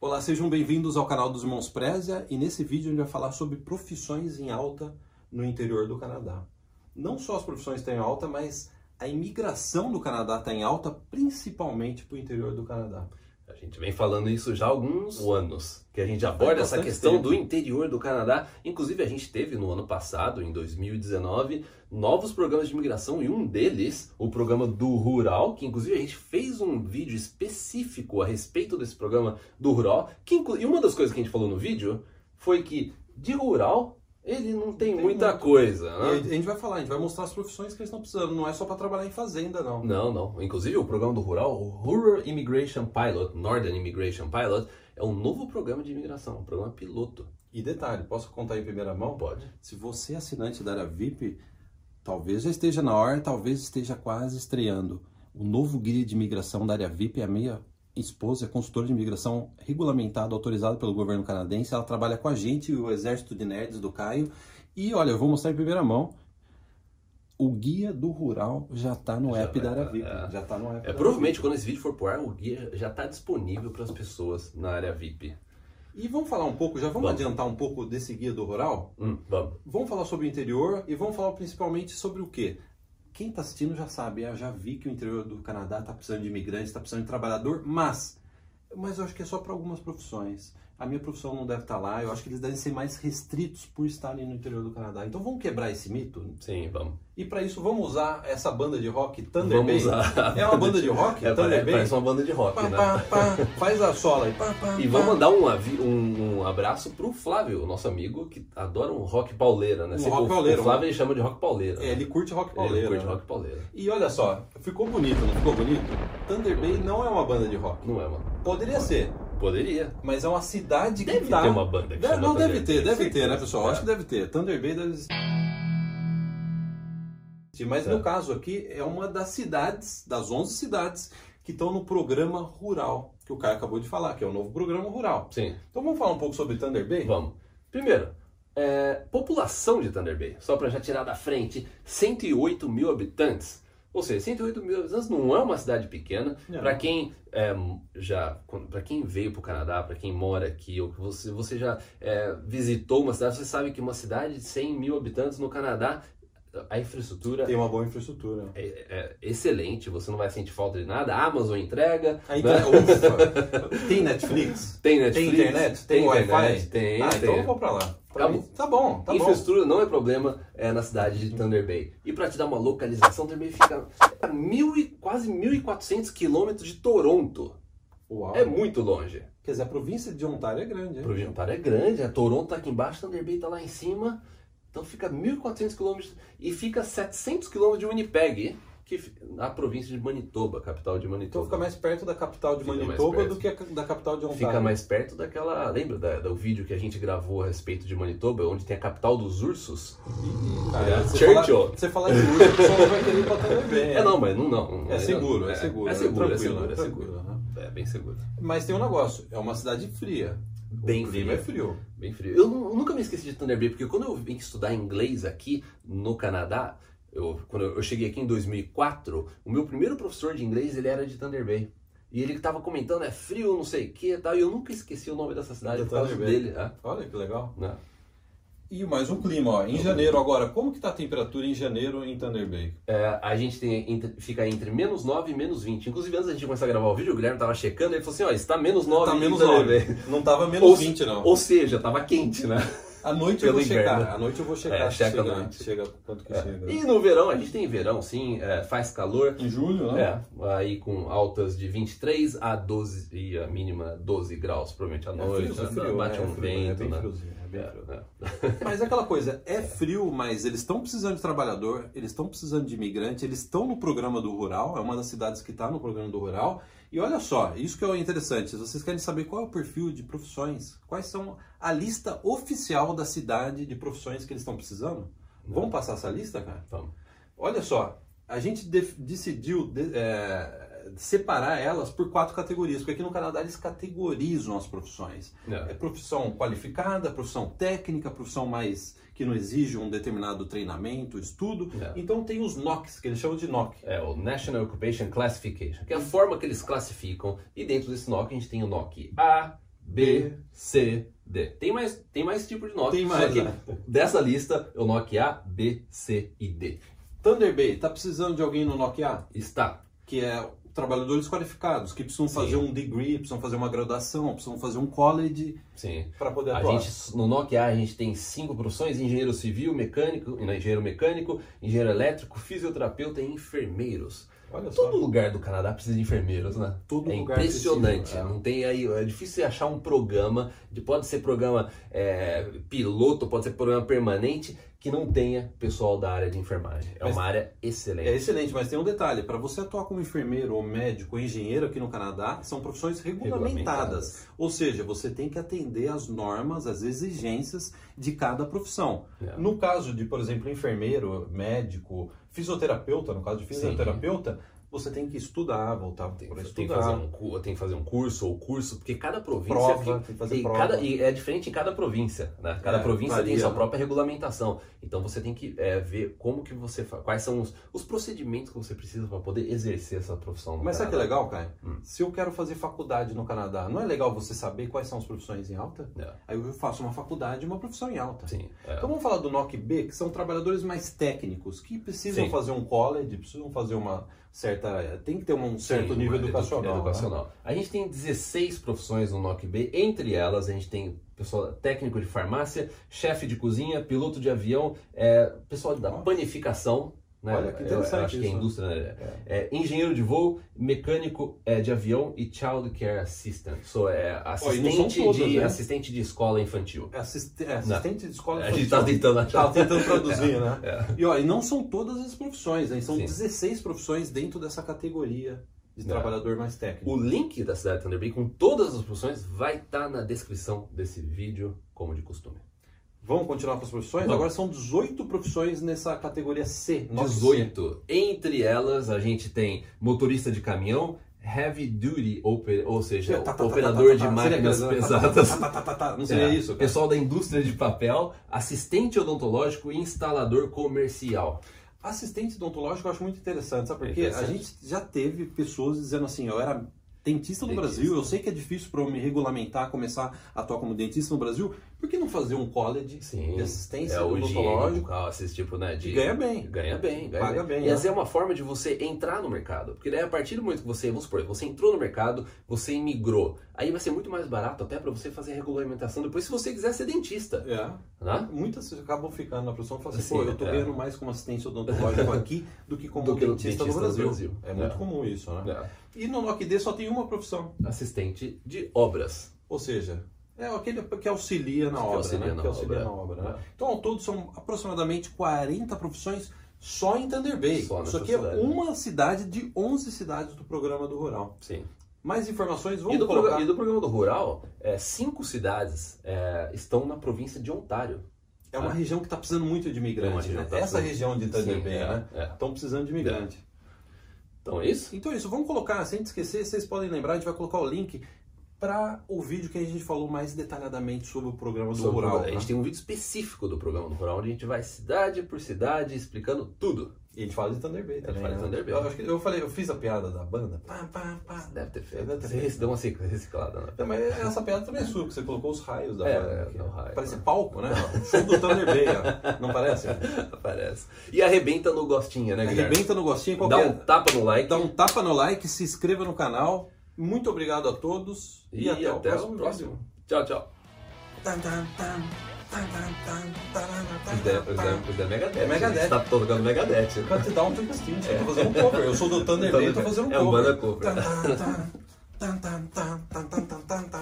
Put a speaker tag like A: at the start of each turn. A: Olá, sejam bem-vindos ao canal dos Irmãos Preza e nesse vídeo a gente vai falar sobre profissões em alta no interior do Canadá. Não só as profissões estão em alta, mas a imigração do Canadá está em alta, principalmente para o interior do Canadá.
B: A gente vem falando isso já há alguns anos, que a gente aborda essa
A: bastante
B: questão
A: tempo.
B: do interior do Canadá. Inclusive, a gente teve no ano passado, em 2019, novos programas de imigração e um deles, o programa do Rural, que inclusive a gente fez um vídeo específico a respeito desse programa do Rural. Que, inclu- e uma das coisas que a gente falou no vídeo foi que de rural ele não tem,
A: Tem
B: muita
A: muito.
B: coisa,
A: E
B: né?
A: a gente vai falar, a gente vai mostrar as profissões que eles estão precisando, não é só para trabalhar em fazenda, não.
B: Não, não. Inclusive, o programa do Rural, o Rural Immigration Pilot, Northern Immigration Pilot, é um novo programa de imigração, um programa piloto.
A: E detalhe, posso contar em primeira mão?
B: Pode.
A: Se você é assinante da área VIP, talvez já esteja na hora, talvez esteja quase estreando. O novo guia de imigração da área VIP, é a minha esposa é consultora de imigração regulamentada, autorizada pelo governo canadense. Ela trabalha com a gente, o Exército de Nerds do Caio. E olha, eu vou mostrar em primeira mão. O guia do rural já está no
B: Já
A: app
B: vai
A: da área
B: tá,
A: VIP.
B: é.
A: Já está no app.
B: É,
A: da
B: provavelmente, quando esse vídeo for pro ar, o guia já está disponível para as pessoas na área VIP.
A: E vamos falar um pouco, já vamos,
B: Vamos.
A: adiantar um pouco desse guia do rural?
B: Hum, vamos.
A: Vamos falar sobre o interior e vamos falar principalmente sobre o quê? Quem está assistindo já sabe, eu já vi que o interior do Canadá está precisando de imigrantes, está precisando de trabalhador, mas, mas eu acho que é só para algumas profissões. A minha profissão não deve estar lá, eu acho que eles devem ser mais restritos por estarem no interior do Canadá. Então vamos quebrar esse mito?
B: Sim, vamos.
A: E para isso vamos usar essa banda de rock Thunder
B: vamos
A: Bay.
B: usar.
A: É uma banda de rock?
B: É,
A: Thunder
B: parece,
A: Bay?
B: parece uma banda de rock,
A: Pá,
B: né?
A: pá, pá. Faz a sola aí. Pá, pá,
B: E
A: pá.
B: vamos mandar um, avi- um, um abraço pro Flávio, nosso amigo, que adora um rock pauleira, né?
A: Um
B: Sempre
A: rock
B: o-
A: pauleira,
B: O Flávio ele chama de rock pauleira.
A: É, ele curte rock pauleiro.
B: ele curte
A: né?
B: rock pauleira.
A: E olha só, ficou bonito, não ficou bonito? Thunder Bay não é uma banda de rock.
B: Não é, mano?
A: Poderia ser,
B: Poderia.
A: mas é uma cidade que
B: Deve
A: tá...
B: ter uma banda que
A: Deve-
B: chama
A: não, deve
B: Thunder
A: ter,
B: Bay.
A: deve ter, né,
B: Certeza.
A: pessoal?
B: É.
A: Acho que deve ter. Thunder Bay deve existir. Mas
B: É.
A: no caso aqui, é uma das cidades, das 11 cidades, que estão no programa rural, que o Caio acabou de falar, que é o novo programa rural.
B: Sim.
A: Então vamos falar um pouco sobre Thunder Bay?
B: Vamos. Primeiro, é, população de Thunder Bay, só para já tirar da frente, 108 mil habitantes. Ou seja, 108 mil habitantes não é uma cidade pequena.
A: Não.
B: Para quem é, já, para quem veio para o Canadá, para quem mora aqui, ou que você, você já é, visitou uma cidade, você sabe que uma cidade de 100 mil habitantes no Canadá, a infraestrutura
A: Tem uma boa infraestrutura.
B: é, é excelente. Você não vai sentir falta de nada. A Amazon entrega.
A: A
B: né?
A: inter- é, Ufa. Tem Netflix?
B: Tem Netflix,
A: internet? Tem Wi-Fi?
B: tem,
A: ah,
B: tem.
A: então eu vou pra lá. Pra
B: Tá
A: mim,
B: bom.
A: tá bom, tá bom.
B: Infraestrutura não é problema é, na cidade de Thunder Bay. E para te dar uma localização, Thunder Bay fica a mil e, quase 1.400 quilômetros de Toronto.
A: Uau.
B: É muito longe.
A: Quer dizer, a província de Ontário é grande, hein?
B: O jantar é grande, né? Toronto tá aqui embaixo, Thunder Bay tá lá em cima. Então fica 1.400 quilômetros e fica 700 quilômetros de Winnipeg, que fi- na província de Manitoba, capital de
A: Então
B: Manitoba.
A: fica mais perto da capital de
B: Fica mais
A: Manitoba
B: perto.
A: do que a ca- da capital de Ontário.
B: Fica mais perto daquela. Lembra da- do vídeo que a gente gravou a respeito de Manitoba, onde tem a capital dos ursos?
A: Ah, é, você
B: Churchill.
A: falar- Você falar de urso, a pessoa não vai querer ir pra Thunder Bay.
B: É, não, mas não. não
A: É seguro, é, seguro.
B: É seguro, é
A: tranquilo,
B: seguro, é
A: tranquilo,
B: seguro.
A: né?
B: É bem seguro.
A: Mas tem um negócio, é uma cidade fria.
B: Bem
A: o clima
B: fria.
A: é frio.
B: Bem frio. Eu, nu- nunca me esqueci de Thunder Bay, porque quando eu vim estudar inglês aqui no Canadá, eu, quando eu eu cheguei aqui em 2004, o meu primeiro professor de inglês ele era de Thunder Bay. E ele tava comentando, é frio, não sei o que e tal, e eu nunca esqueci o nome dessa cidade
A: Da
B: Ah, por causa
A: Thunder Bay.
B: dele. né?
A: tá Olha que legal.
B: Né?
A: E mais um clima, ó. Em janeiro agora, como que tá a temperatura em janeiro em Thunder Bay?
B: É, a gente tem, entre- fica entre menos 9 e menos 20. Inclusive, antes da gente começar a gravar o vídeo, o Guilherme tava checando, ele falou assim, ó, está menos 9
A: tá
B: em
A: menos
B: Thunder
A: 9.
B: Bay.
A: Não tava menos
B: Ou,
A: 20, não.
B: ou seja, tava quente, né?
A: À noite eu
B: Pelo
A: vou checar.
B: inverno.
A: À noite eu vou checar.
B: É,
A: se
B: checa à
A: chega,
B: noite. É.
A: Chega quanto que chega.
B: E no verão, a gente tem verão, sim, é, faz calor.
A: Em julho, né?
B: É, aí com altas de 23 a 12 e a mínima 12 graus, provavelmente à noite. né? bate
A: né?
B: um
A: É frio, é
B: vento,
A: bem
B: né?
A: friozinho, é bem frio.
B: É, é.
A: Mas é aquela coisa, é frio, mas eles estão precisando de trabalhador, eles estão precisando de imigrante, eles estão no programa do Rural, é uma das cidades que está no programa do Rural. E olha só, isso que é o interessante, se vocês querem saber qual é o perfil de profissões, quais são a lista oficial da cidade de profissões que eles estão precisando? Vamos passar essa lista, cara?
B: Vamos.
A: Olha só, a gente def- decidiu de- é, separar elas por quatro categorias, porque aqui no Canadá eles categorizam as profissões. É
B: É.
A: profissão qualificada, profissão técnica, profissão mais que não exige um determinado treinamento, estudo.
B: É.
A: Então tem os NOCs, que eles chamam de NOC.
B: É o National Occupation Classification, que é a forma que eles classificam. E dentro desse NOC a gente tem o NOC A, B, C, D. Tem mais, tem mais tipo de NOC.
A: Tem mais,
B: Só que
A: né?
B: dessa lista é o NOC A, B, C e D.
A: Thunder Bay, tá precisando de alguém no Nokia?
B: Está.
A: que é trabalhadores qualificados, que precisam
B: Sim.
A: fazer um degree, precisam fazer uma graduação, precisam fazer um college
B: Sim.
A: para poder
B: A
A: atuar.
B: gente, no NOC A a gente tem cinco profissões: engenheiro civil, mecânico, não, engenheiro mecânico, engenheiro elétrico, fisioterapeuta e enfermeiros.
A: Olha só.
B: Todo lugar do Canadá precisa de enfermeiros, né?
A: Todo
B: é
A: lugar
B: impressionante.
A: precisa, é.
B: Não tem aí, é difícil você achar um programa, de- pode ser programa é, piloto, pode ser programa permanente, que não tenha pessoal da área de enfermagem. É
A: Mas-
B: uma área
A: É
B: excelente.
A: excelente, mas tem um detalhe: para você atuar como enfermeiro ou médico ou engenheiro aqui no Canadá, são profissões regulamentadas. Ou seja, você tem que atender às normas, às exigências de cada profissão.
B: É.
A: No caso de, por exemplo, enfermeiro, médico, fisioterapeuta, no caso de fisioterapeuta, você tem que estudar, voltar
B: Tem,
A: para
B: tem que fazer
A: estudar,
B: um, cu- tem que fazer um curso ou curso, porque cada província
A: prova, tem que fazer
B: E,
A: prova.
B: cada- e é diferente em cada província, né? Cada
A: É,
B: província tem
A: varia,
B: sua
A: né?
B: própria regulamentação. Então você tem que é, ver como que você fa- quais são os, os procedimentos que você precisa para poder exercer essa profissão. no
A: Mas sabe que é
B: Canadá.
A: legal, Caio?
B: Hum.
A: Se eu quero fazer faculdade no Canadá, não é legal você saber quais são as profissões em alta?
B: É,
A: Aí eu faço uma faculdade e uma profissão em alta.
B: sim. é.
A: Então vamos falar do NOC B, que são trabalhadores mais técnicos, que precisam
B: Sim.
A: fazer um college, precisam fazer uma certa. tem que ter um certo
B: Sim,
A: nível
B: uma edu-
A: educacional. né?
B: educacional. A gente tem 16 profissões no NOC B, entre elas a gente tem pessoal técnico de farmácia, chefe de cozinha, piloto de avião, é, pessoal da
A: Nossa.
B: panificação. Né?
A: Olha, que
B: Eu-
A: interessante
B: Eu acho que é
A: isso, né?
B: indústria, né? É, engenheiro de voo, mecânico é, de avião e child care assistant. Sou é, assistente,
A: todas,
B: de,
A: né?
B: assistente de escola infantil.
A: É assist- é assistente de escola
B: A gente
A: infantil.
B: tá tentando
A: Tava
B: achar.
A: tentando traduzir, né?
B: É.
A: E, ó, e não são todas as profissões, né? São
B: Sim.
A: 16 profissões dentro dessa categoria de
B: É.
A: trabalhador mais técnico.
B: O link da cidade de Thunder Bay com todas as profissões vai estar na descrição desse vídeo, como de costume.
A: Vamos continuar com as profissões?
B: Vamos.
A: Agora são 18 profissões nessa categoria C. nossa,
B: 18. Entre elas, a gente tem motorista de caminhão, heavy duty, oper- ou
A: C.
B: seja,
A: Tá, tá, tá,
B: operador
A: tá, tá,
B: de
A: tá. Seria
B: máquinas
A: aquelas-
B: pesadas.
A: Tá, tá, tá, tá, tá. Não seria
B: É,
A: isso, cara?
B: Pessoal da indústria de papel, assistente odontológico e instalador comercial.
A: Assistente odontológico eu acho muito interessante, sabe? Porque a
B: É Interessante.
A: gente já teve pessoas dizendo assim, eu era dentista no
B: Dentista.
A: Brasil, eu sei que é difícil para eu me regulamentar, começar a atuar como dentista no Brasil, por que não fazer um college
B: Sim.
A: de assistência
B: É o dinheiro,
A: odontológica?
B: esse tipo, né?
A: E
B: De,
A: ganha bem.
B: Ganha bem, ganha
A: Paga bem,
B: E
A: né?
B: essa é uma forma de você entrar no mercado. Porque daí, a partir do momento que você, vamos supor, você entrou no mercado, você migrou. Aí vai ser muito mais barato até para você fazer a regulamentação depois, se você quiser ser dentista,
A: É.
B: né?
A: Muitas acabam ficando na profissão e falam assim,
B: Sim,
A: pô, eu tô
B: é.
A: ganhando mais como assistente odontológico aqui do que como
B: Do que
A: dentista, no Brasil. É muito
B: É.
A: comum isso, né? E no NOC D só tem uma profissão.
B: Assistente de obras.
A: Ou seja, é aquele que auxilia na
B: Que
A: obra,
B: auxilia
A: né?
B: na
A: que auxilia
B: obra. É.
A: na obra, né? Então, ao todo, são aproximadamente 40 profissões só em Thunder Bay.
B: Só nessa
A: Isso aqui é
B: cidade, né?
A: uma cidade de 11 cidades do programa do Rural.
B: Sim.
A: Mais informações,
B: E
A: vamos
B: do,
A: colocar...
B: proga- e do programa do Rural, é, cinco cidades é, estão na província de Ontário.
A: É uma região que está precisando muito de
B: Ah. É uma
A: imigrante,
B: região
A: né?
B: que tá
A: Essa
B: precisando-
A: região de Thunder
B: Sim,
A: Bay,
B: é,
A: né?
B: é.
A: Estão precisando de imigrante.
B: Então é isso?
A: Então é isso, vamos colocar, sem esquecer, vocês podem lembrar, a gente vai colocar o link para o vídeo que a gente falou mais detalhadamente sobre o programa do
B: Sobre o
A: Rural.
B: programa. A
A: né?
B: gente tem um vídeo específico do programa do Rural, onde a gente vai cidade por cidade explicando tudo.
A: E a gente fala de Thunder Bay também.
B: fala de
A: né?
B: Thunder Bay.
A: Eu, acho que- eu falei, eu fiz a piada da banda. Pá, pá, pá.
B: Deve ter feito.
A: Deve ter
B: Você deu uma rec- reciclada, né?
A: Não, mas essa piada também é sua, que você colocou os raios da
B: É,
A: banda.
B: é,
A: aqui,
B: não,
A: né?
B: raio.
A: Parece palco, né? O show do Thunder Bay, ó. não parece? É
B: Parece. E arrebenta no gostinho, né, Guilherme?
A: Arrebenta no gostinho
B: Dá
A: qualquer.
B: um tapa no like.
A: Dá um tapa no like, se inscreva no canal. Muito obrigado a todos
B: E, até, o
A: vídeo.
B: próximo. Tchau, tchau. Pois é, pois é, pois é, Megadeth.
A: um É Megadeth.
B: A gente tá tocando Megadeth. né?
A: Pra te dar um twist, eu tô fazendo um cover. Eu sou do Thunder Bay, eu tô fazendo um
B: É um
A: cover.
B: banda cover.
C: tan tan tan tan tan tan tan tan tan tan